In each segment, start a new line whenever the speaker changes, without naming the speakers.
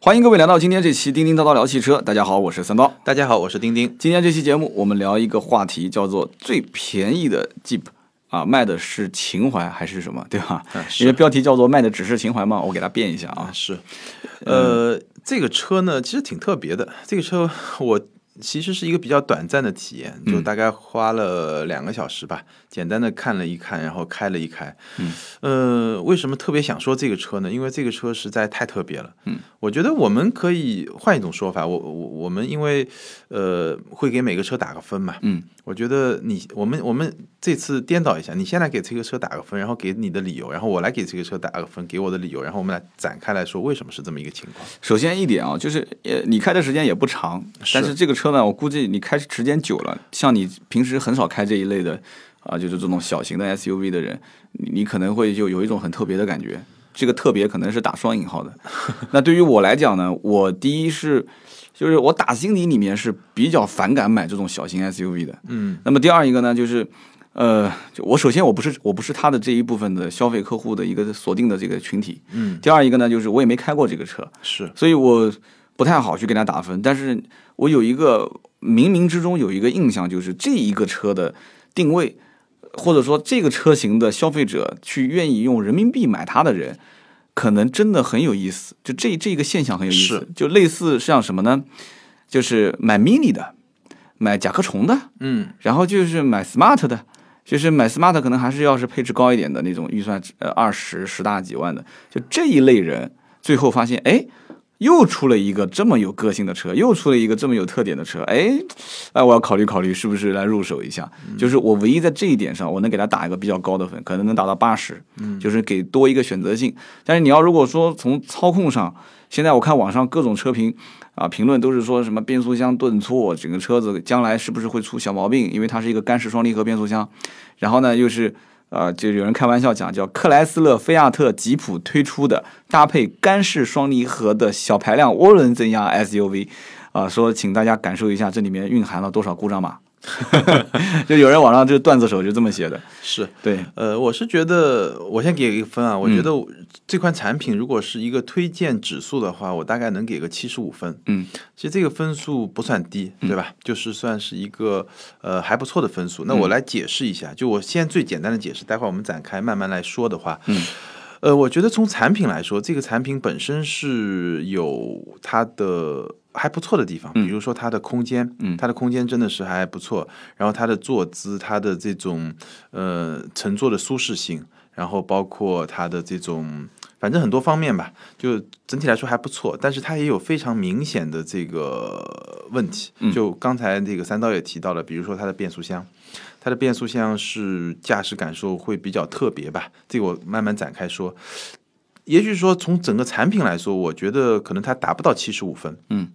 欢迎各位来到今天这期《叮叮叨叨聊汽车》。大家好，我是三刀。
大家好，我是丁丁。
今天这期节目，我们聊一个话题，叫做最便宜的 Jeep 啊，卖的是情怀还是什么，对吧？
嗯是
因为标题叫做“卖的只是情怀”嘛，我给它变一下啊。
是，呃，这个车呢，其实挺特别的。这个车我其实是一个比较短暂的体验，就大概花了两个小时吧，简单的看了一看，然后开了一开。嗯，呃，为什么特别想说这个车呢？因为这个车实在太特别了。嗯，我觉得我们可以换一种说法，我我我们因为呃会给每个车打个分嘛。
嗯，
我觉得你我们我们这次颠倒一下，你先来给这个车打个分，然后给你的理由，然后我来给这个车打个分，给我的理由，然后我们来展开来说为什么是这么一个情况。
首先一点啊，就是呃，你开的时间也不长，
是
但是这个车呢，我估计你开时间久了，像你平时很少开这一类的啊、就是这种小型的 SUV 的人，你你可能会就有一种很特别的感觉。这个特别可能是打双引号的。那对于我来讲呢，我第一是就是我打心底里面是比较反感买这种小型 SUV 的。
嗯，
那么第二一个呢，就是，呃，就我首先我不是我不是他的这一部分的消费客户的一个锁定的这个群体，
嗯，
第二一个呢，就是我也没开过这个车，
是
所以我不太好去给他打分，但是我有一个冥冥之中有一个印象，就是这一个车的定位，或者说这个车型的消费者去愿意用人民币买它的人，可能真的很有意思。就这这个现象很有意思
是，
就类似像什么呢？就是买 mini 的，买甲壳虫的，
嗯，
然后就是买 smart 的，就是买 smart 可能还是要是配置高一点的那种，预算呃二十十大几万的，就这一类人，最后发现哎。又出了一个这么有个性的车，又出了一个这么有特点的车，哎，哎，我要考虑考虑，是不是来入手一下？就是我唯一在这一点上，我能给他打一个比较高的分，可能能打到八十，嗯，就是给多一个选择性。但是你要如果说从操控上，现在我看网上各种车评啊评论都是说什么变速箱顿挫，整个车子将来是不是会出小毛病？因为它是一个干式双离合变速箱，然后呢又是。呃，就有人开玩笑讲叫克莱斯勒、菲亚特、吉普推出的搭配干式双离合的小排量涡轮增压 SUV，啊、说请大家感受一下这里面蕴含了多少故障码， 就有人网上这段子手就这么写的，
是。
对，
呃，我是觉得，我先给一个分啊。我觉得这款产品如果是一个推荐指数的话，我大概能给个七十五分。
嗯，
其实这个分数不算低，对吧？就是算是一个呃还不错的分数。那我来解释一下，就我先最简单的解释，待会儿我们展开慢慢来说的话，嗯。呃，我觉得从产品来说，这个产品本身是有它的还不错的地方，比如说它的空间，嗯，它的空间真的是还不错，然后它的坐姿，它的这种呃乘坐的舒适性，然后包括它的这种反正很多方面吧，就整体来说还不错，但是它也有非常明显的这个呃问题。就刚才这个三刀也提到了，比如说它的变速箱，它的变速箱是驾驶感受会比较特别吧，这个我慢慢展开说。也许说从整个产品来说，我觉得可能它达不到七十五分。
嗯，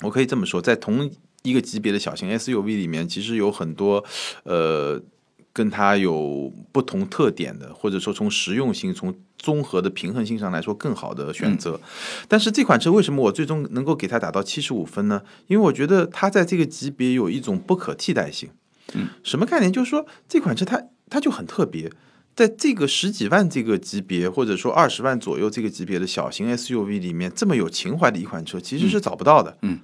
我可以这么说，在同一个级别的小型 SUV 里面，其实有很多呃跟它有不同特点的，或者说从实用性、从综合的平衡性上来说更好的选择。
嗯
但是这款车为什么我最终能够给它打到七十五分呢？因为我觉得它在这个级别有一种不可替代性。
嗯
什么概念？就是说这款车它它就很特别，在这个十几万这个级别，或者说二十万左右这个级别的小型 SUV 里面，这么有情怀的一款车其实是找不到的。
嗯，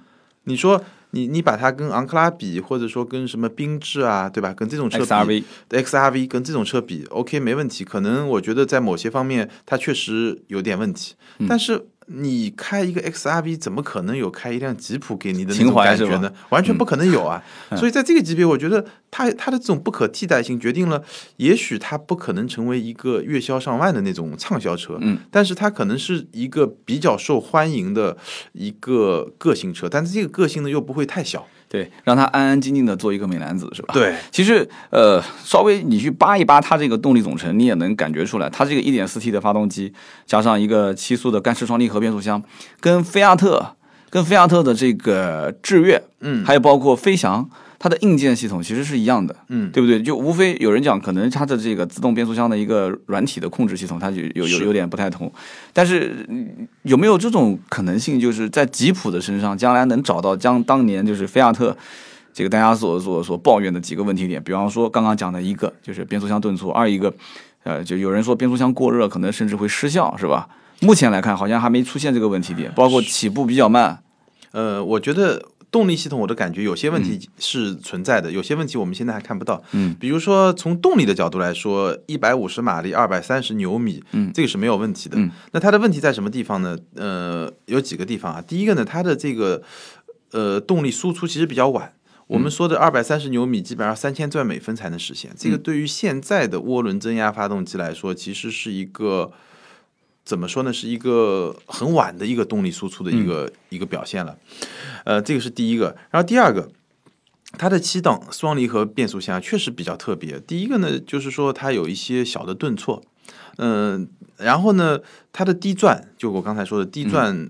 你说你你把它跟昂克拉比，或者说跟什么缤智啊，对吧？跟这种车比
XRV
XRV 跟这种车比，OK 没问题。可能我觉得在某些方面它确实有点问题，
嗯
但是你开一个 XRV 怎么可能有开一辆吉普给你的那
情
种
怀
感
是
觉
吧嗯
呢？完全不可能有 啊！所以在这个级别，我觉得它它的这种不可替代性决定了，也许它不可能成为一个月销上万的那种畅销车，
嗯，
但是它可能是一个比较受欢迎的一个个性车，但是这个个性呢又不会太小，
对，让它安安静静的做一个美男子是吧？
对，
其实呃，稍微你去扒一扒它这个动力总成，你也能感觉出来，它这个 1.4T 的发动机加上一个七速的干式双离合变速箱，跟菲亚特、跟菲亚特的这个致悦，
嗯
还有包括飞翔，它的硬件系统其实是一样的，
嗯
对不对？就无非有人讲，可能它的这个自动变速箱的一个软体的控制系统，它就有有
是
有点不太同。但是嗯有没有这种可能性，就是在吉普的身上，将来能找到将当年就是菲亚特这个大家所所所抱怨的几个问题点？比方说刚刚讲的一个就是变速箱顿挫，二一个，呃，就有人说变速箱过热可能甚至会失效，是吧？目前来看，好像还没出现这个问题点，包括起步比较慢，
呃，我觉得动力系统，我的感觉有些问题是存在的，有些问题我们现在还看不到。
嗯，
比如说从动力的角度来说，一百五十马力、二百三十牛米，
嗯
这个是没有问题的。
嗯
那它的问题在什么地方呢？呃，有几个地方啊。第一个呢，它的这个呃动力输出其实比较晚。
嗯
我们说的二百三十牛米，基本上三千转每分才能实现。
嗯
这个对于现在的涡轮增压发动机来说，其实是一个怎么说呢？是一个很晚的一个动力输出的一
嗯
个、一个表现了。呃，这个是第一个。然后第二个，它的七档双离合变速箱确实比较特别。第一个呢，就是说它有一些小的顿挫，嗯、然后呢，它的低转，就我刚才说的低转，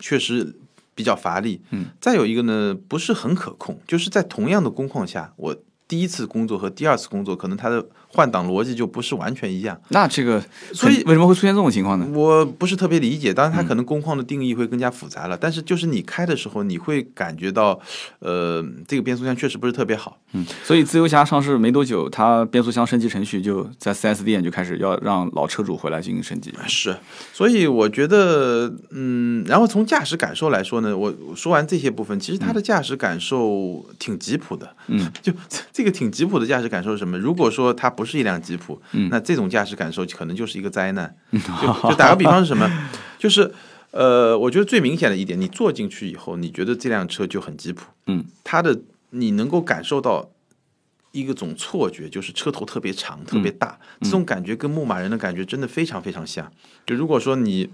确实。比较乏力，
嗯，
再有一个呢，不是很可控，就是在同样的工况下，我第一次工作和第二次工作，可能它的换挡逻辑就不是完全一样，
那这个
所以
很为什么会出现这种情况呢？嗯
我不是特别理解，当然它可能工况的定义会更加复杂了。但是就是你开的时候，你会感觉到，呃，这个变速箱确实不是特别好。
嗯，所以自由侠上市没多久，它变速箱升级程序就在 4S 店就开始要让老车主回来进行升级。
是，所以我觉得，嗯，然后从驾驶感受来说呢，我我说完这些部分，其实它的驾驶感受挺吉普的。
嗯，
就这个挺吉普的驾驶感受是什么？如果说它不是一辆吉普，
嗯
那这种驾驶感受可能就是一个灾难。就就打个比方是什么？就是呃，我觉得最明显的一点，你坐进去以后，你觉得这辆车就很吉普，
嗯，
它的你能够感受到。一个种错觉就是车头特别长、特别
嗯
大，这种感觉跟牧马人的感觉真的非常非常像。就如果说你，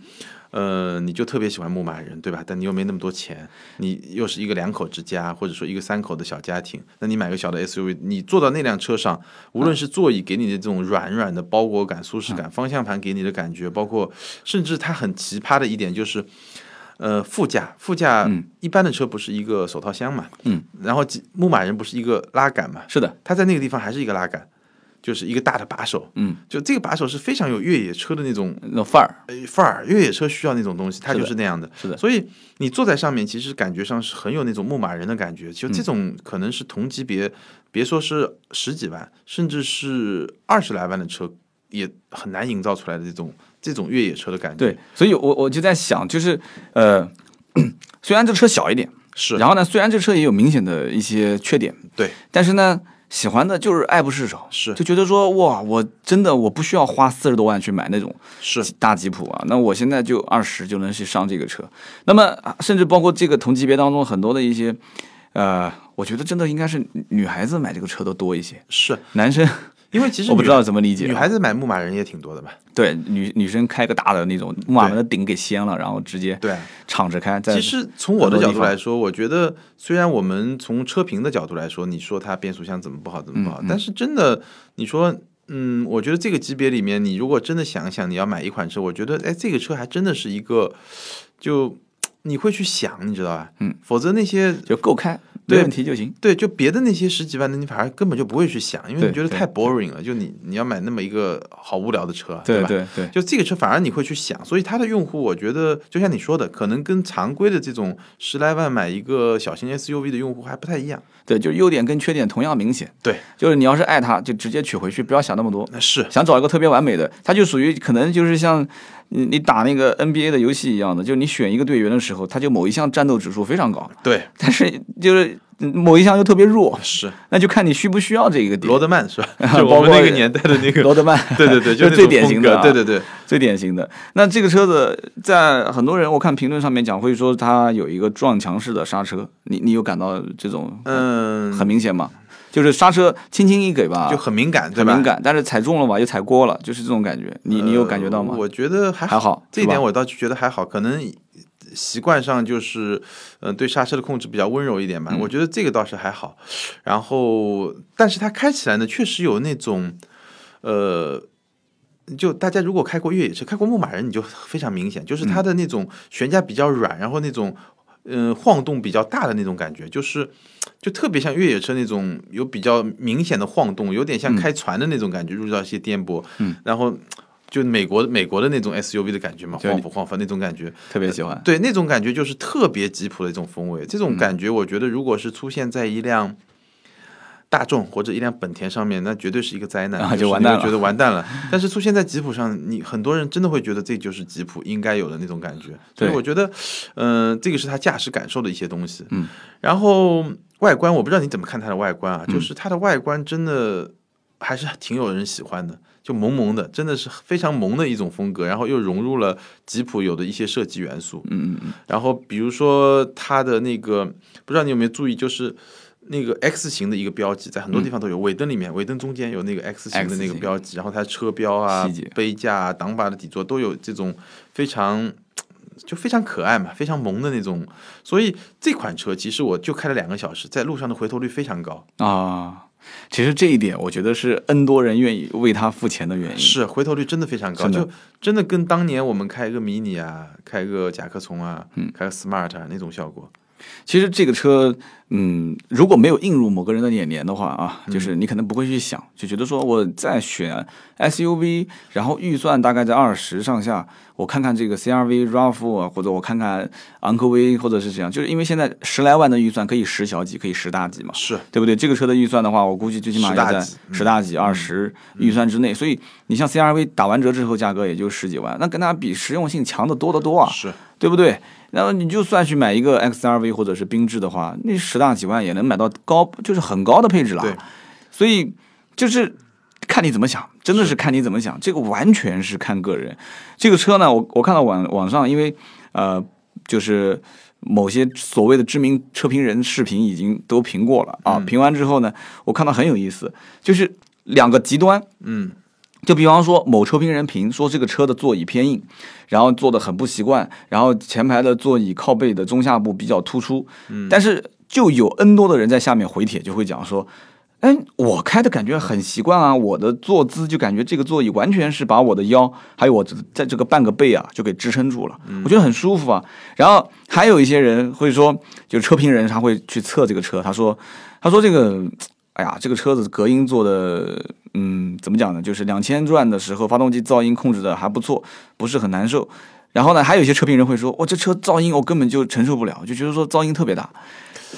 呃，你就特别喜欢牧马人，对吧？但你又没那么多钱，你又是一个两口之家，或者说一个三口的小家庭，那你买个小的 SUV，你坐到那辆车上，无
嗯
论是座椅给你的这种软软的包裹感、舒适感，方向盘给你的感觉，包括甚至它很奇葩的一点就是。呃，副驾，副驾
嗯，
一般的车不是一个手套箱嘛，
嗯，
然后几牧马人不是一个拉杆嘛，
是的，
它在那个地方还是一个拉杆，就是一个大的把手，
嗯，
就这个把手是非常有越野车的那种
那范儿，
呃范儿，越野车需要那种东西，它
是的
就是那样的。
是的
所以你坐在上面，其实感觉上是很有那种牧马人的感觉。就
嗯
这种可能是同级别，别说是十几万，甚至是二十来万的车，也很难营造出来的这种这种越野车的感觉。
对，，所以我我就在想，就是呃，虽然这车小一点，
是，
然后呢，虽然这车也有明显的一些缺点，
对，
但是呢，喜欢的就是爱不释手，
是
就觉得说哇，我真的我不需要花四十多万去买那种
是
大吉普啊，那我现在就二十就能去上这个车，那么啊甚至包括这个同级别当中很多的一些，呃，我觉得真的应该是女孩子买这个车都多一些，
是，
男生
因为其实
我不知
女
道怎么理解啊，
女孩子买牧马人也挺多的嘛。
对女女生开个大的那种牧马人的顶给掀了，然后直接
对啊
敞着开，在
其实从我的角
很多
度
地方
来说，我觉得虽然我们从车评的角度来说，你说它变速箱怎么不好怎么
嗯
不好，但是真的你说。嗯，我觉得这个级别里面，你如果真的想一想，你要买一款车，我觉得，哎，这个车还真的是一个，就你会去想，你知道吧？
嗯，
否则那些
就够开，没
对
问题就行。
对，就别的那些十几万的，你反而根本就不会去想，因为
对
你觉得
对
太 boring 了。就你你要买那么一个好无聊的车啊，吧？
对对，
就这个车反而你会去想，所以它的用户，我觉得就像你说的，可能跟常规的这种十来万买一个小型 SUV 的用户还不太一样。
对，就优点跟缺点同样明显。
对，
就是你要是爱它，就直接娶回去，不要想那么多。
那是
想找一个特别完美的，它就属于可能就是像你你打那个 NBA 的游戏一样的，就你选一个队员的时候，他就某一项战斗指数非常高，
对，
但是就是嗯某一项又特别弱，
是
那就看你需不需要这个点。
罗德 曼是吧？
包
就我
括
们那个年代的 那个，
罗德曼，
对对对，
就
就是那
最
种
典型的
风
啊
格对对对，
最典型的。那这个车子在很多人我看评论上面讲，会说它有一个撞墙式的刹车，你你有感到这种
嗯，
很明显吗？就是刹车轻轻一给吧，
就很敏感，对
很
吧？
敏感，但是踩中了吧，又踩过了，就是这种感觉。你你有感觉到吗
呃？我觉得还
还好，
这一
是吧
点我倒觉得还好，可能习惯上就是，呃，对刹车的控制比较温柔一点吧。
嗯
我觉得这个倒是还好。然后，但是它开起来呢，确实有那种，呃，就大家如果开过越野车、开过牧马人，你就非常明显，
嗯
就是它的那种悬架比较软，然后那种。嗯，晃动比较大的那种感觉，就是就特别像越野车那种有比较明显的晃动，有
嗯
点像开船的那种感觉，入到一些颠簸，嗯，然后就美国美国的那种 SUV 的感觉嘛，
就是
晃浮晃浮那种感觉，
特别喜欢。
对那种感觉就是
嗯
特别吉普的一种风味。这种感觉，我觉得如果是出现在一辆大众或者一辆本田上面，那绝对是一个灾难，
啊
是
就完
你
蛋
会
了
觉得完蛋了。但是出现在吉普上，你很多人真的会觉得这就是吉普应该有的那种感觉。所以
对
我觉得，嗯、这个是它驾驶感受的一些东西。
嗯，
然后外观，我不知道你怎么看它的外观啊，就是它的外观真的还是挺有人喜欢的。就萌萌的，真的是非常萌的一种风格，然后又融入了吉普有的一些设计元素。
嗯嗯嗯，
然后比如说它的那个，不知道你有没有注意，就是那个 X 型的一个标记，在很多地方都有。尾灯里面，尾灯中间有那个 X 型的
X
那个
型
标记，然后它车标啊
细节、
杯架、啊、挡把的底座都有这种非常。就非常可爱嘛，非常萌的那种，所以这款车其实我就开了两个小时，在路上的回头率非常高，
啊，其实这一点我觉得是 N 多人愿意为它付钱的原因。
是回头率真的非常高，
真的
就真的跟当年我们开一个迷你啊，开个甲壳虫啊，开个 smart 啊那种效果。
其实这个车，嗯，如果没有映入某个人的眼帘的话啊，就是你可能不会去想，就觉得说我在选 SUV，然后预算大概在二十上下，我看看这个 CRV、RAV4 啊，或者我看看昂科威，或者是怎样，就是因为现在十来万的预算可以十小几，可以十大几嘛，
是，
对不对？这个车的预算的话，我估计最起码
十
要
大
在
几嗯
十大几、二十预算之内，所以你像 CRV 打完折之后价格也就十几万，那跟它比实用性强得多得多啊。
是，
对不对？然后你就算去买一个 XRV 或者是缤智的话，那十大几万也能买到高，就是很高的配置了。啊
对，
所以就是看你怎么想，真的是看你怎么想，这个完全是看个人。这个车呢，我我看到网网上，因为呃，就是某些所谓的知名车评人视频已经都评过了啊，评完之后呢，我看到很有意思，就是两个极端，
嗯，
就比方说，某车评人评说这个车的座椅偏硬，然后坐的很不习惯，然后前排的座椅靠背的中下部比较突出，嗯，但是就有 N 多的人在下面回帖，就会讲说，哎，我开的感觉很习惯啊，我的坐姿就感觉这个座椅完全是把我的腰还有我这在这个半个背啊就给支撑住了，我觉得很舒服啊。然后还有一些人会说，就车评人他会去测这个车，他说，他说这个，哎呀，这个车子隔音做的嗯，怎么讲呢？就是两千转的时候，发动机噪音控制的还不错，不是很难受。然后呢，还有一些车评人会说，我、这车噪音我根本就承受不了，就觉得说噪音特别大。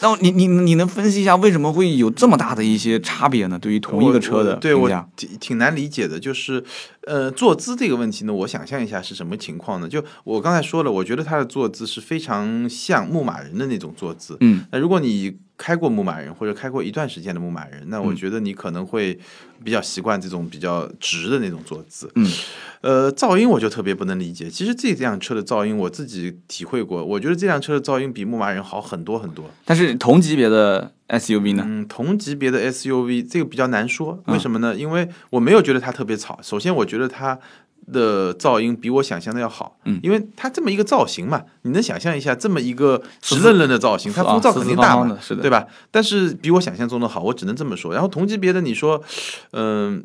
那我你你你能分析一下为什么会有这么大的一些差别呢？对于同一个车
我
的
我对
评
我
价，
挺挺难理解的，就是呃坐姿这个问题呢，我想象一下是什么情况呢？就我刚才说了，我觉得他的坐姿是非常像牧马人的那种坐姿。
嗯，
那如果你开过牧马人或者开过一段时间的牧马人，那
嗯
我觉得你可能会比较习惯这种比较直的那种坐姿。
嗯，
呃，噪音我就特别不能理解。其实这辆车的噪音我自己体会过，我觉得这辆车的噪音比牧马人好很多很多。
但是同级别的 SUV 呢？嗯
嗯，同级别的 SUV 这个比较难说，为什么呢？因为我没有觉得它特别吵。首先，我觉得它的噪音比我想象的要好，
嗯
因为它这么一个造型嘛，你能想象一下这么一个直愣愣的造
啊
型，它风噪肯定大嘛，
的，是的，
对吧？但是比我想象中的好，我只能这么说。然后同级别的，你说，嗯、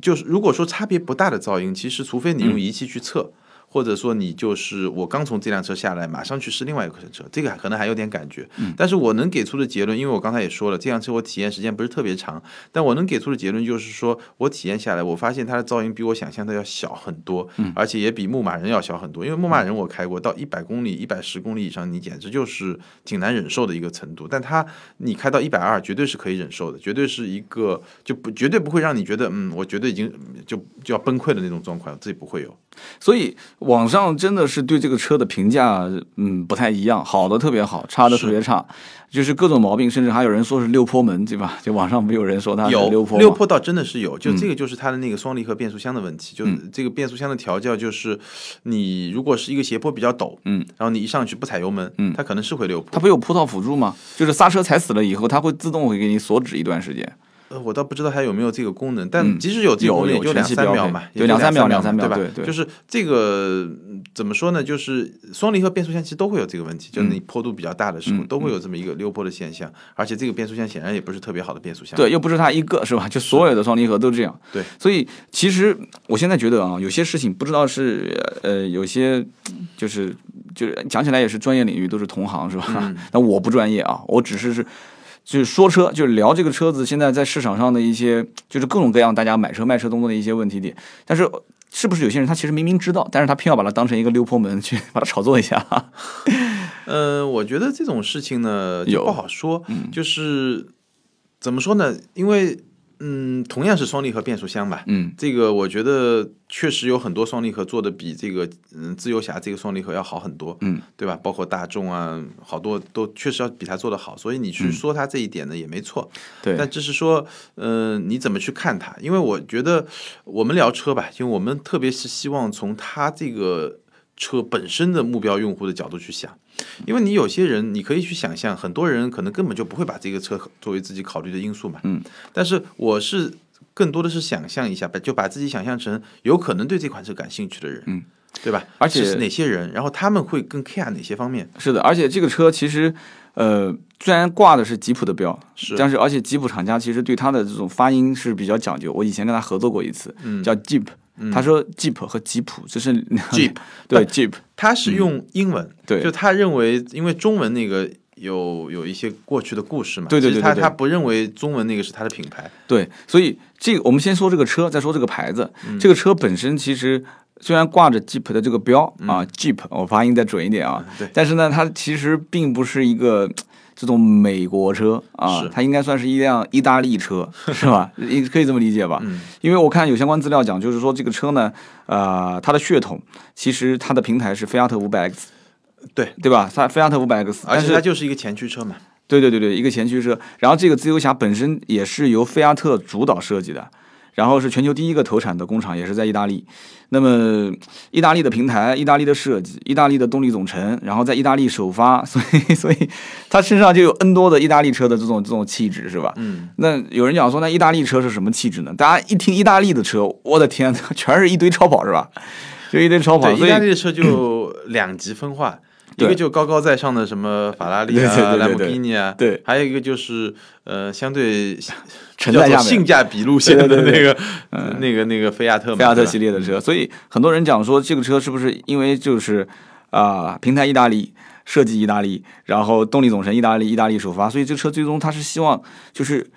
就是如果说差别不大的噪音，其实除非你
嗯
用仪器去测。或者说你就是我刚从这辆车下来，马上去试另外一个车，这个可能还有点感觉。
嗯
但是我能给出的结论，因为我刚才也说了，这辆车我体验时间不是特别长，但我能给出的结论就是说，我体验下来，我发现它的噪音比我想象的要小很多，
嗯
而且也比牧马人要小很多。因为牧马人我开过，到一百公里、一百十公里以上，你简直就是挺难忍受的一个程度。但它你开到一百二，绝对是可以忍受的，绝对是一个就不绝对不会让你觉得嗯，我绝对已经嗯就就要崩溃的那种状况，自己不会有。
所以网上真的是对这个车的评价，嗯，不太一样，好的特别好，差的特别差，就是各种毛病，甚至还有人说是六坡门，对吧？就网上不有人说它是
有
啊六坡嗯嘛
六坡倒真的是有，就这个就是它的那个双离合变速箱的问
嗯
题，就是这个变速箱的调教就是你如果是一个斜坡比较陡，
嗯，
然后你一上去不踩油门，嗯，它可能是会六坡。
它不有坡道辅助吗？就是刹车踩死了以后，它会自动会给你锁止一段时间。
呃，我倒不知道它有没有这个功能，但即使有这
嗯
个
有
功能，也
有
就
全
两
系
三
标
秒
配
嘛，也
对
就
两三
三
秒两三秒
嘛对吧？
对对
就是这个嗯怎么说呢？就是双离合变速箱其实都会有这个问题，
嗯
就是你坡度比较大的时候，都会有这么一个溜坡的现象，而且这个变速箱显然也不是特别好的变速箱。
对，又不是它一个是吧？就所有的双离合都这样。
对，
所以其实我现在觉得啊，有些事情不知道是呃，有些就是就是讲起来也是专业领域，都是同行是吧？ 但我不专业啊，我只是是。就是说车，就是聊这个车子现在在市场上的一些，就是各种各样大家买车卖车当中的一些问题点。但是，是不是有些人他其实明明知道，但是他偏要把它当成一个溜坡门去 把它炒作一下？
呃，我觉得这种事情呢，就
有嗯
不好说，就是怎么说呢？因为嗯，同样是双离合变速箱吧，
嗯，
这个我觉得确实有很多双离合做的比这个嗯自由侠这个双离合要好很多，
嗯，
对吧？包括大众啊，好多都确实要比它做的好，所以你
嗯
去说它这一点呢、也没错，
对，
但只是说，嗯，你怎么去看它？因为我觉得我们聊车吧，因为我们特别是希望从它这个车本身的目标用户的角度去想，因为你有些人，你可以去想象，很多人可能根本就不会把这个车作为自己考虑的因素嘛。
嗯，
但是我是更多的是想象一下，把就把自己想象成有可能对这款车感兴趣的人，
嗯，
对吧？
而且
是哪些人，然后他们会更 care 哪些方面？
是的，而且这个车其实，呃，虽然挂的是吉普的标，
是
但是而且吉普厂家其实对它的这种发音是比较讲究。我以前跟他合作过一次，
嗯
叫 Jeep，、他说 Jeep 和吉普这是
Jeep
对 Jeep，
他是用英文，
嗯对
就他认为，因为中文那个有有一些过去的故事嘛，
对对
其实
对
他
对对
他不认为中文那个是他的品牌，
对，所以这个我们先说这个车，再说这个牌子。
嗯
这个车本身其实虽然挂着 Jeep 的这个标啊，Jeep，我发音再准一点啊，
嗯对，
但是呢，它其实并不是一个这种美国车啊
是，
它应该算是一辆意大利 车，是吧？也可以这么理解吧？
嗯
因为我看有相关资料讲，就是说这个车呢，呃，它的血统其实它的平台是菲亚特 500X，
对，
对吧？它菲亚特 500X，
而
但
且
是
它就是一个前驱车嘛，
对对对对，一个前驱车。然后这个自由侠本身也是由菲亚特主导设计的，然后是全球第一个投产的工厂，也是在意大利。那么意大利的平台、意大利的设计、意大利的动力总成，然后在意大利首发， 所以所以它身上就有 N 多的意大利车的这种这种气质，是吧？
嗯，
那有人讲说，那意大利车是什么气质呢？大家一听意大利的车，我的天，全是一堆超跑是吧？就一堆超跑，
对，
所
意
以嗯
大利的车就两极分化，一个
对
就高高在上的什么法拉利
对对对
啊、
对
兰博基尼啊，
对，
还有一个就是呃相对
沉在
叫
下
做
面
性。价比路线的
对对
那
对
个那个那个菲亚特嘛，
菲亚特
对吧嗯
系列的车，所以很多人讲说这个车是不是因为就是啊、平台意大利。设计意大利，然后动力总成意大利，意大利首发，所以这车最终它是希望就是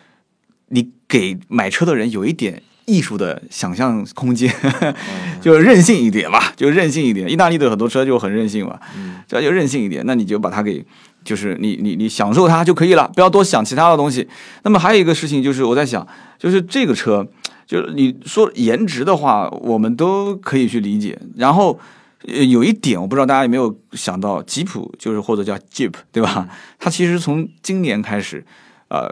你给买车的人有一点艺术的想象空间，
哦
就任性一点吧，就任性一点。意大利的很多车就很任性嘛，
嗯
这、就任性一点，那你就把它给就是你你你享受它就可以了，不要多想其他的东西。那么还有一个事情就是我在想，就是这个车。就是你说颜值的话，我们都可以去理解。然后，呃，有一点我不知道大家有没有想到，吉普就是或者叫 Jeep，对吧？它其实从今年开始，呃，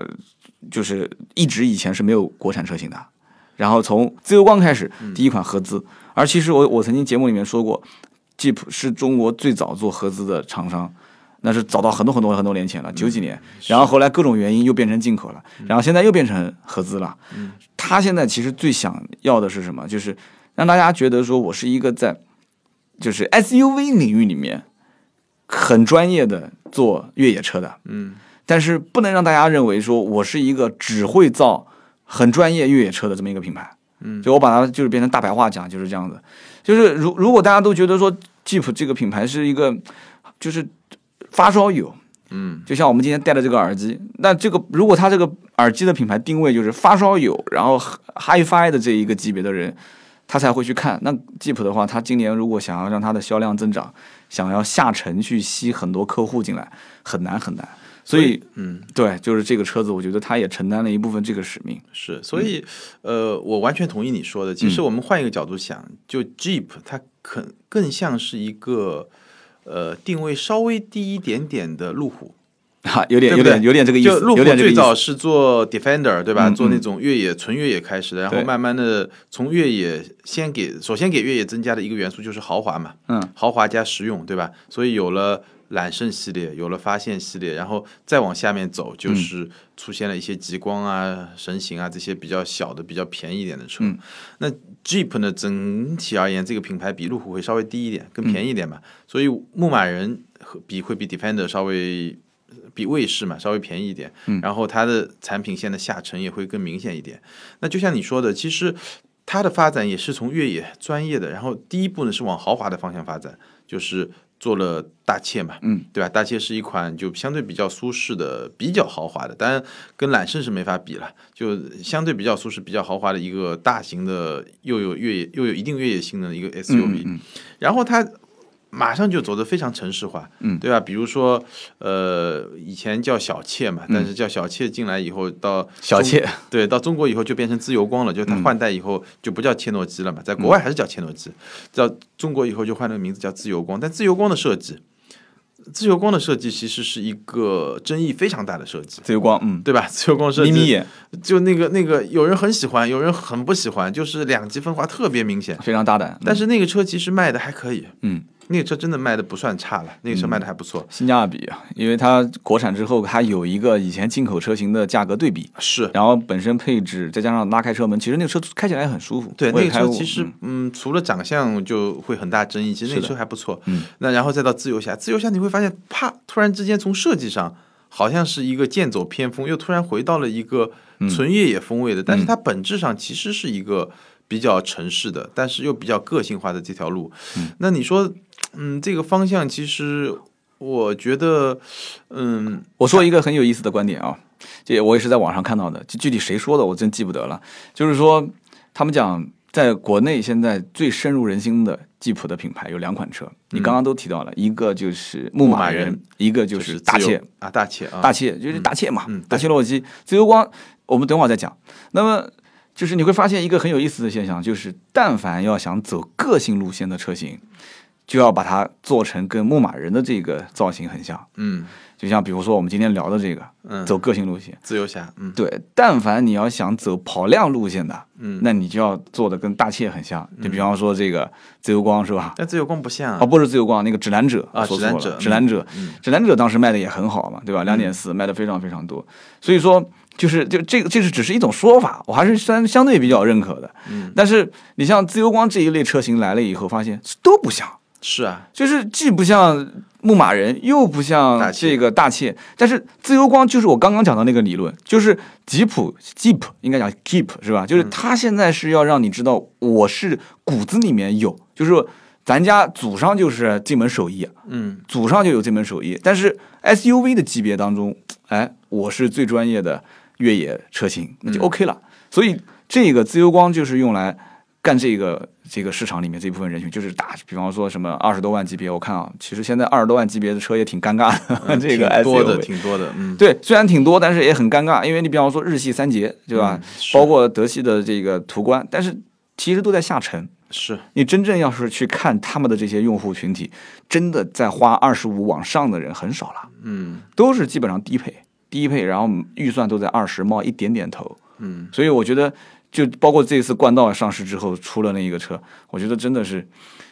就是一直以前是没有国产车型的。然后从自由光开始，第一款合资。而其实我我曾经节目里面说过，Jeep 是中国最早做合资的厂商。那是早到很多很多很多年前了，九几年，然后后来各种原因又变成进口了，然后现在又变成合资了，他现在其实最想要的是什么？就是让大家觉得说我是一个在就是 SUV 领域里面很专业的做越野车的，
嗯，
但是不能让大家认为说我是一个只会造很专业越野车的这么一个品牌。嗯，就我把它就是变成大白话讲就是这样子，就是如如果大家都觉得说 Jeep 这个品牌是一个就是发烧友，
嗯，
就像我们今天戴的这个耳机，那这个如果它这个耳机的品牌定位就是发烧友，然后 HiFi 的这一个级别的人，他才会去看。那吉普的话，它今年如果想要让它的销量增长，想要下沉去吸很多客户进来，很难很难。所以，
嗯，
对，就是这个车子，我觉得它也承担了一部分这个使命。
是，所以、呃，我完全同意你说的。
嗯
其实我们换一个角度想，就 Jeep 它可更像是一个呃定位稍微低一点点的路虎，
哈，有点有
对不对
点有点这个意
就
思，
路虎
有点这个
最
意思
早。是做 Defender 对吧？
嗯
做那
嗯
种越野纯越野开始的，然后
对
慢慢的从越野先给首先给越野增加的一个元素就是豪华嘛，
嗯，
豪华加实用对吧？所以有了。揽胜系列有了发现系列，然后再往下面走，就是出现了一些极光啊、神行啊这些比较小的、比较便宜一点的车。
嗯
那 Jeep 呢，整体而言，这个品牌比路虎会稍微低一点，更便宜一点嘛。所以牧马人和比会比 Defender 稍微比卫士嘛稍微便宜一点，然后它的产品线的下沉也会更明显一点。那就像你说的，其实它的发展也是从越野专业的，然后第一步呢是往豪华的方向发展，就是做了大切嘛，
嗯，
对吧？大切是一款就相对比较舒适的、比较豪华的，当然跟揽胜是没法比了，就相对比较舒适、比较豪华的一个大型的，又有越野又有一定越野性能的一个 SUV。
嗯嗯嗯
然后它马上就走得非常城市化，
嗯
对吧？比如说，呃，以前叫小妾嘛，但是叫小妾进来以后，到
小
中
妾
对，到中国以后就变成自由光了，就它换代以后就不叫切诺基了嘛，在国外还是叫切诺基，到中国以后就换了个名字叫自由光。但自由光的设计，自由光的设计其实是一个争议非常大的设计，
自由光，嗯，
对吧？ 自由光设
眯
计
眯眼
就那个那个，有人很喜欢，有人很不喜欢，就是两极分化特别明显。
非常大胆，嗯
但是那个车其实卖的还可以，
嗯，
那个车真的卖的不算差了，那个车卖的还不错。
性价比啊，因为它国产之后，它有一个以前进口车型的价格对比，
是
然后本身配置再加上拉开车门，其实那个车开起来很舒服。
对
我
那
也
个
开
车
过
其实
嗯
嗯，除了长相就会很大争议，其实那个
是的
车还不错。
嗯，
那然后再到自由侠，自由侠你会发现，啪，突然之间从设计上好像是一个剑走偏锋，又突然回到了一个
嗯
纯越野风味的，但是它本质上其实是一个比较城市的，但是又比较个性化的这条路。那你说，嗯，这个方向其实我觉得，嗯，
我说一个很有意思的观点啊，这我也是在网上看到的，就具体谁说的我真记不得了。就是说，他们讲在国内现在最深入人心的吉普的品牌有两款车，你刚刚都提到了，一个就是牧
嗯马
马
人
人，一个就
就是自
大
由
切。
啊，大切啊，
大切就是大切嘛，
嗯
大切洛基、自由光，我们等会儿再讲。那么就是你会发现一个很有意思的现象，就是但凡要想走个性路线的车型，就要把它做成跟牧马人的这个造型很像，
嗯
就像比如说我们今天聊的这个
嗯，
走个性路线。
自由侠，嗯
对，但凡你要想走跑量路线的，
嗯，
那你就要做的跟大切很像。就比方说这个自由光是吧？
但自由光不像
哦，
啊，
不是自由光，那个指南者
啊
我说错了
指南者
指南者
嗯，
指南者当时卖的也很好嘛，对吧？两点四卖的非常非常多，所以说就是就这个这是只是一种说法，我还是相相对比较认可的。
嗯，
但是你像自由光这一类车型来了以后，发现都不像，
是啊，
就是既不像牧马人，又不像
大切
这个大切。但是自由光就是我刚刚讲的那个理论，就是吉普 Jeep 应该讲 Jeep 是吧？就是它现在是要让你知道我是骨子里面有，就是说咱家祖上就是这门手艺，啊
嗯
祖上就有这门手艺。但是 SUV 的级别当中，哎，我是最专业的越野车型，那
嗯
就 OK 了。所以这个自由光就是用来干这个这个市场里面这一部分人群，就是打，比方说什么二十多万级别，我看啊，其实现在二十多万级别的车也挺尴尬的，
嗯
这个
挺多的
SUV
挺多的，嗯，
对，虽然挺多，但是也很尴尬，因为你比方说日系三杰，对吧？
嗯是
包括德系的这个途观，但是其实都在下沉。
是
你真正要是去看他们的这些用户群体，真的在花二十五往上的人很少了，
嗯
都是基本上低配，低配，然后预算都在二十冒一点点头。
嗯
所以我觉得，就包括这次冠道上市之后出了那一个车，我觉得真的是，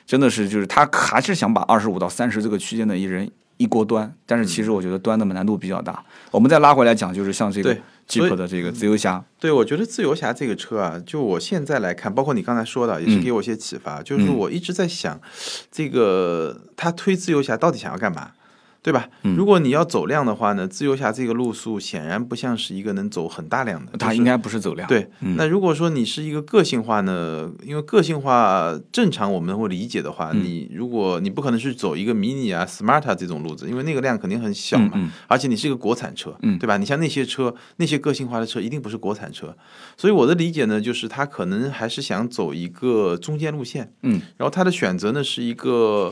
真的是就是他还是想把二十五到三十这个区间的一人一锅端，但是其实我觉得端的难度比较大。我们再拉回来讲，就是像这个
对所以
Jeep 的这个自由侠，
对，我觉得自由侠这个车啊，就我现在来看，包括你刚才说的，也是
嗯
给我一些启发。就是我一直在想，这个他推自由侠到底想要干嘛，对吧？
嗯
如果你要走量的话呢，自由侠这个路数显然不像是一个能走很大量的，
他
就是
应该不是走量，嗯
对，那如果说你是一个个性化呢，因为个性化正常我们会理解的话，
嗯
你如果你不可能去走一个 mini 啊、smart 啊这种路子，因为那个量肯定很小嘛，
嗯
而且你是一个国产车，
嗯
对吧？你像那些车，那些个性化的车一定不是国产车，所以我的理解呢，就是他可能还是想走一个中间路线，
嗯，
然后他的选择呢是一个。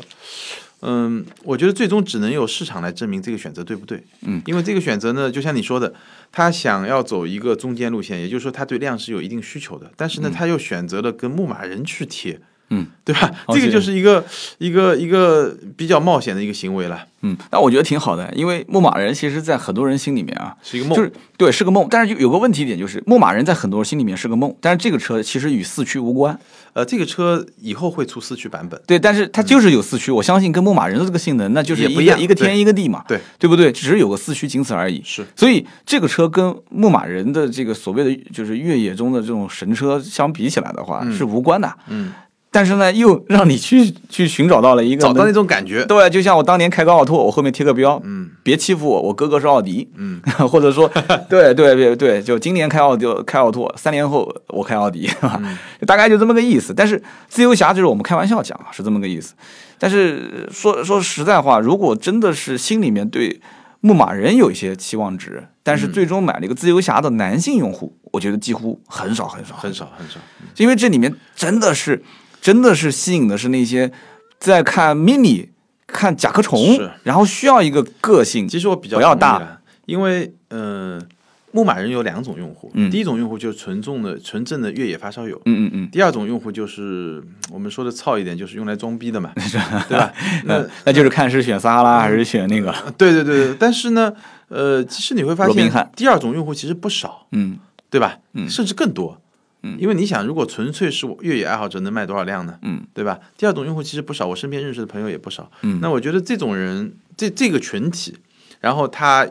嗯，我觉得最终只能由市场来证明这个选择对不对。
嗯，
因为这个选择呢，就像你说的，他想要走一个中间路线，也就是说他对量是有一定需求的，但是呢，他又选择了跟牧马人去贴，
嗯，
对吧？
而
这个
且
就是一个一个一个比较冒险的一个行为了，
嗯，那我觉得挺好的，因为牧马人其实，在很多人心里面啊，
是一个梦。
就是对是个梦，但是有有个问题点就是，牧马人在很多人心里面是个梦，但是这个车其实与四驱无关，
呃，这个车以后会出四驱版本，
对，但是它就是有四驱，我相信跟牧马人的这个性能，那就是
也
一
不
个
一样
一个天一个地嘛，
对
对不对？只是有个四驱，仅此而已。
是
所以这个车跟牧马人的这个所谓的就是越野中的这种神车相比起来的话、是无关的，
嗯，
但是呢，又让你去去寻找到了一个
找到
能
那种感觉，
对，就像我当年开个奥拓，我后面贴个标，
嗯，
别欺负我，我哥哥是奥迪，
嗯，
或者说，对对对对，就今年开奥迪开奥拓，三年后我开奥迪，
嗯
大概就这么个意思。但是自由侠就是我们开玩笑讲啊，是这么个意思。但是说说实在话，如果真的是心里面对牧马人有一些期望值，但
嗯
是最终买了一个自由侠的男性用户，我觉得几乎很少很少
很少很少。
因为这里面真的是真的是吸引的是那些在看 mini 看甲壳虫
是，
然后需要一个个性。
其实我比较
不要
同意
大
啦，因为嗯、呃牧马人有两种用户，
嗯
第一种用户就是纯种的纯正的越野发烧友。
嗯嗯嗯，
第二种用户就是嗯我们说的糙一点，就是用来装逼的嘛， 对吧？那
那那就是看是选撒哈拉还是选那个，
对对对对，但是呢，呃，其实你会发
罗宾
现
汉，
第二种用户其实不少，
嗯
对吧？
嗯
甚至更多。
嗯
因为你想，如果纯粹是我越野爱好者，能卖多少辆呢？
嗯
对吧？第二种用户其实不少，我身边认识的朋友也不少。
嗯
那我觉得这种人，这这个群体，然后他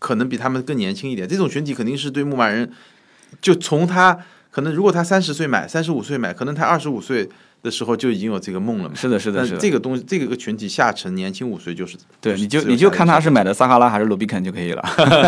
可能比他们更年轻一点，这种群体肯定是对牧马人，就从他可能如果他三十岁买，三十五岁买，可能他二十五岁的时候就已经有这个梦了嘛。
是的，是的，
但
是的，
这个东西，这个群体下沉，年轻五岁就是
对，
是
你就
自由
你就
下
看
沉
他是买的撒哈拉还是罗宾肯就可以 了，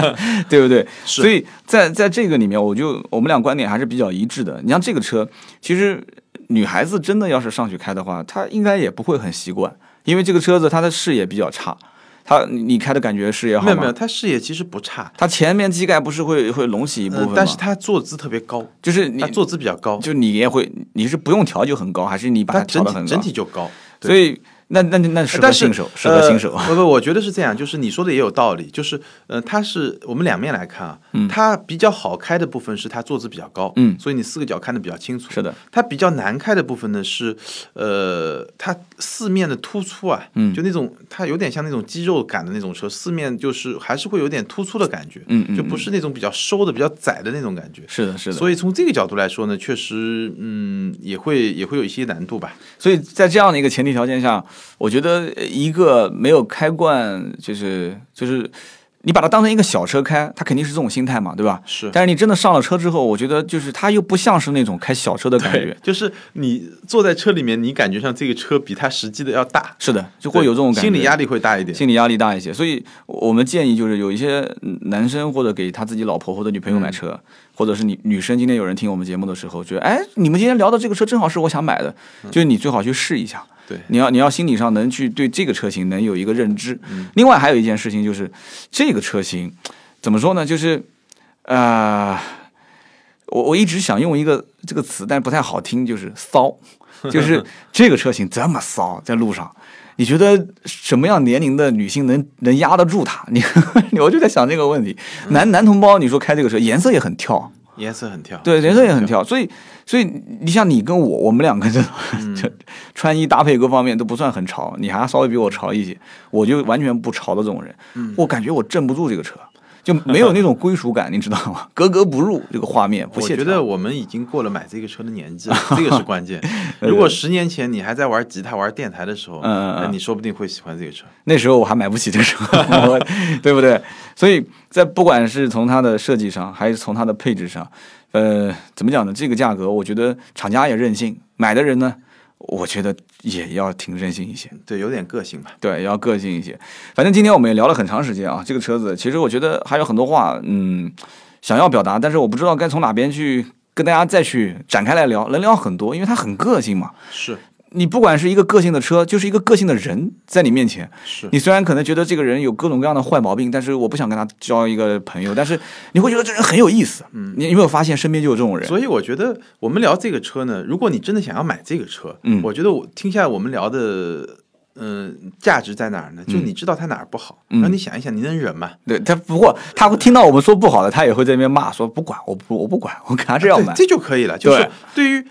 对不对？
是
所以在在这个里面，我就我们俩观点还是比较一致的。你像这个车，其实女孩子真的要是上去开的话，她应该也不会很习惯，因为这个车子她的视野比较差，她你你开的感觉视野好
没有没有，
吗？
他视野其实不差，
她前面机盖不是会会隆起一部分
嗯
吗？
但是他坐姿特别高，
就是你
他坐姿比较高，
就你也会你是不用调就很高，还是你把
他
它调
整
的很
体
高？
整体就高。对
所
呃
以那那那那适合
但是
新手，适合新手。
呃、不不，我觉得是这样，就是你说的也有道理，就是呃，它是我们两面来看啊，它比较好开的部分是它坐姿比较高，
嗯
所以你四个角看得比较清楚。
是的，
它比较难开的部分呢是，呃，它四面的突出啊，
嗯
就那种它有点像那种肌肉感的那种车，四面就是还是会有点突出的感觉，
嗯嗯
就不是那种比较收的、比较窄的那种感觉。
是的，是的。
所以从这个角度来说呢，确实，嗯，也会也会有一些难度吧。
所以在这样的一个前提条件下，我觉得呃一个没有开惯，就是就是你把它当成一个小车开，它肯定是这种心态嘛，对吧？
是，
但是你真的上了车之后，我觉得就是它又不像是那种开小车的感觉，
就是你坐在车里面，你感觉上这个车比它实际的要大，
是的，就会有这种感觉，
心理压力会大一点。
心理压力大一些。所以我们建议就是有一些嗯男生或者给他自己老婆或者女朋友买车，
嗯
或者是女女生今天有人听我们节目的时候，觉得哎，你们今天聊的这个车正好是我想买的，就是你最好去试一下。
嗯对
你要你要心理上能去对这个车型能有一个认知。
嗯
另外还有一件事情就是，这个车型怎么说呢？就是呃，我我一直想用一个这个词，但不太好听，就是骚，就是 这个车型这么骚，在路上。你觉得什么样年龄的女性能能压得住它？你 我就在想这个问题。
嗯
男男同胞，你说开这个车，颜色也很跳，
颜色很跳，
对，颜色也很跳，所以所以你像你跟我，我们两个这、
嗯
这穿衣搭配各方面都不算很潮，你还稍微比我潮一些，我就完全不潮的这种人，
嗯
我感觉我镇不住这个车，就没有那种归属感，你知道吗？ 格格不入这个画面，不
我
协
觉
调。
得我们已经过了买这个车的年 纪了，这个是关键。如果十年前你还在玩吉他、玩电台的时候，
嗯嗯嗯
那你说不定会喜欢这个车。
那时候我还买不起这个车，我对不对？所以在不管是从它的设计上，还是从它的配置上，呃，怎么讲呢？这个价格，我觉得厂家也任性，买的人呢，我觉得也要挺任性一些。
对，有点个性吧。
对，要个性一些。反正今天我们也聊了很长时间啊，这个车子其实我觉得还有很多话，嗯，想要表达，但是我不知道该从哪边去跟大家再去展开来聊，能聊很多，因为它很个性嘛。
是
你不管是一个个性的车，就是一个个性的人在你面前。
是，
你虽然可能觉得这个人有各种各样的坏毛病，但是我不想跟他交一个朋友，但是你会觉得这人很有意思。嗯，你有没有发现身边就有这种人？
所以我觉得我们聊这个车呢，如果你真的想要买这个车，
嗯
我觉得我听下来我们聊的，嗯、价值在哪儿呢？就你知道它哪儿不好，
嗯
然后你想一想，你能忍吗？
对他，不过他会听到我们说不好的，他也会在那边骂，说不管，我不，我不管，我还是要
对，
买。
这就可以了。就是
对
对于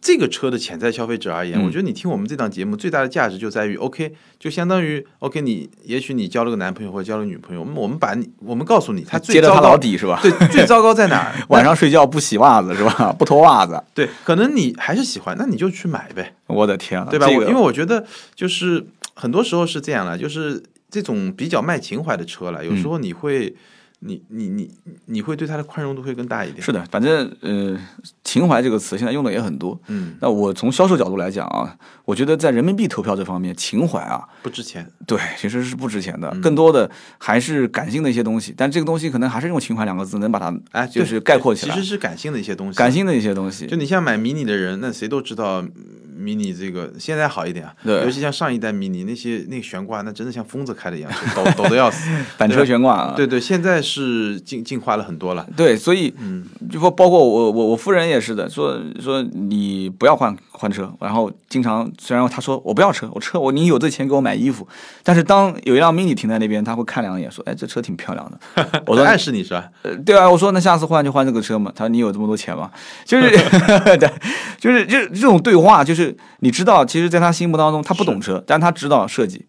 这个车的潜在消费者而言，
嗯
我觉得你听我们这档节目最大的价值就在于，OK，就相当于 OK，你也许你交了个男朋友或者交了个女朋友，我们我们把你我们告诉你，他最
接着
糟
他
糕
老，底是吧？
对，最糟糕在哪 儿？
晚上睡觉不洗袜子是吧？不脱袜子，
对，可能你还是喜欢，那你就去买呗，
我的天啊，
对吧？
这
我
个
因为我觉得就是很多时候是这样了，就是这种比较卖情怀的车了，有
嗯
时候你会。你你你你会对它的宽容度会更大一点，
是的，反正呃，情怀这个词现在用的也很多。
嗯，
那我从销售角度来讲啊，我觉得在人民币投票这方面，情怀啊，
不值钱，
对，其实是不值钱的，
嗯
更多的还是感性的一些东西。但这个东西可能还是用“情怀”两个字能把它
哎，
就
对
是概括起
其
来，
实是感性的一些东西，
感性的一些东西
就。你像买迷你的人，那谁都知道嗯迷你这个现在好一点啊，
对
尤其像上一 代迷你那些那个悬挂，那真的像疯子开的一样，是抖抖的要死。
板车悬挂啊，
对对，现在是进进化了很多了。
对，所以
嗯
就包包括我我我夫人也是的，说说你不要换换车，然后经常虽然她说我不要车，我车我你有这钱给我买衣服，但是当有一辆 mini 停在那边，她会看两眼说，哎，这车挺漂亮的。 我说
在暗示你是吧？
呃，对啊，我说那下次换就换这个车嘛。他说你有这么多钱吗？就是 对，就是就是这种对话，就是你知道，其实在他心目当中，他不懂车，但他知道设计，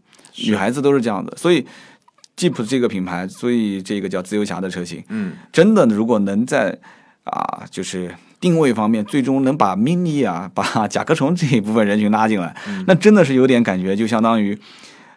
女孩子都是这样的。所以，Jeep 这个品牌，所以这个叫自由侠的车型，
嗯，
真的如果能在啊，就是定位方面，最终能把 Mini 啊，把甲壳虫这一部分人群拉进来，那真的是有点感觉，就相当于。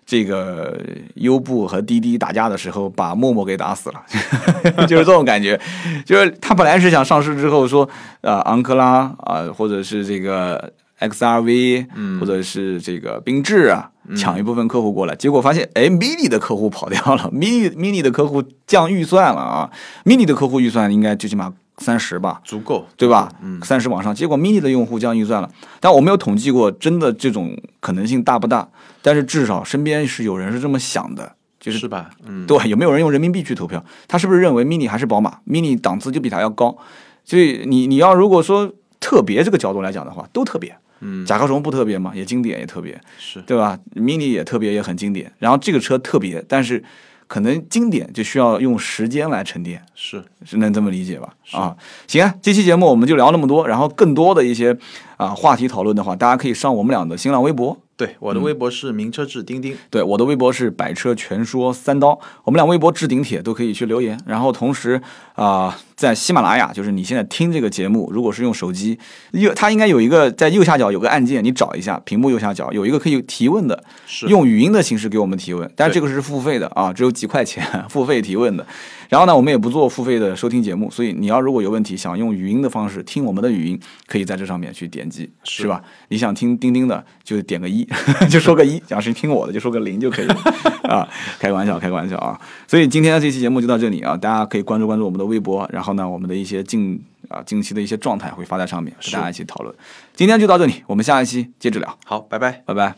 这个优步和滴滴打架的时候，把陌陌给打死了， 就是这种感觉。就是他本来是想上市之后说，呃，昂科拉啊、或者是这个 XRV，嗯，或者是这个缤智啊，抢一部分客户过来。结果发现，哎，mini 的客户跑掉了，mini mini 的客户降预算了啊，mini 的客户预算应该最起码三十吧，
足够。
对吧？
嗯
三十往上，结果 mini 的用户降预算了，但我没有统计过真的这种可能性大不大，但是至少身边是有人是这么想的，就是
是吧？嗯，
对，有没有人用人民币去投票？他是不是认为 mini 还是宝马？mini 档次就比它要高？所以你你要如果说特别这个角度来讲的话，都特别。
嗯，
甲壳虫不特别嘛，也经典也特别，
是
对吧？mini 也特别也很经典，然后这个车特别，但是可能经典就需要用时间来沉淀。
是，
是能这么理解吧？啊，行啊，这期节目我们就聊那么多，然后更多的一些啊话题讨论的话，大家可以上我们俩的新浪微博，
对，我
嗯
的微博是名车志钉钉。
对，我的微博是百车全说三刀，我们俩微博置顶帖都可以去留言。然后同时啊、在喜马拉雅，就是你现在听这个节目，如果是用手机，右它应该有一个在右下角有个按键，你找一下，屏幕右下角有一个可以提问的，
是
用语音的形式给我们提问，但是
对
这个是付费的啊，只有几块钱 付费提问的。然后呢，我们也不做付费的收听节目，所以你要如果有问题想用语音的方式听我们的语音，可以在这上面去点击，是吧？你想听钉钉的就点个一， 就说个一；想是听我的就说个零就可以了啊。开个玩笑，开个玩笑啊！所以今天的这期节目就到这里啊，大家可以关注关注我们的微博，然后呢，我们的一些近啊近期的一些状态会发在上面，和大家一起讨论。今天就到这里，我们下一期接着聊，
好，拜拜。
拜拜。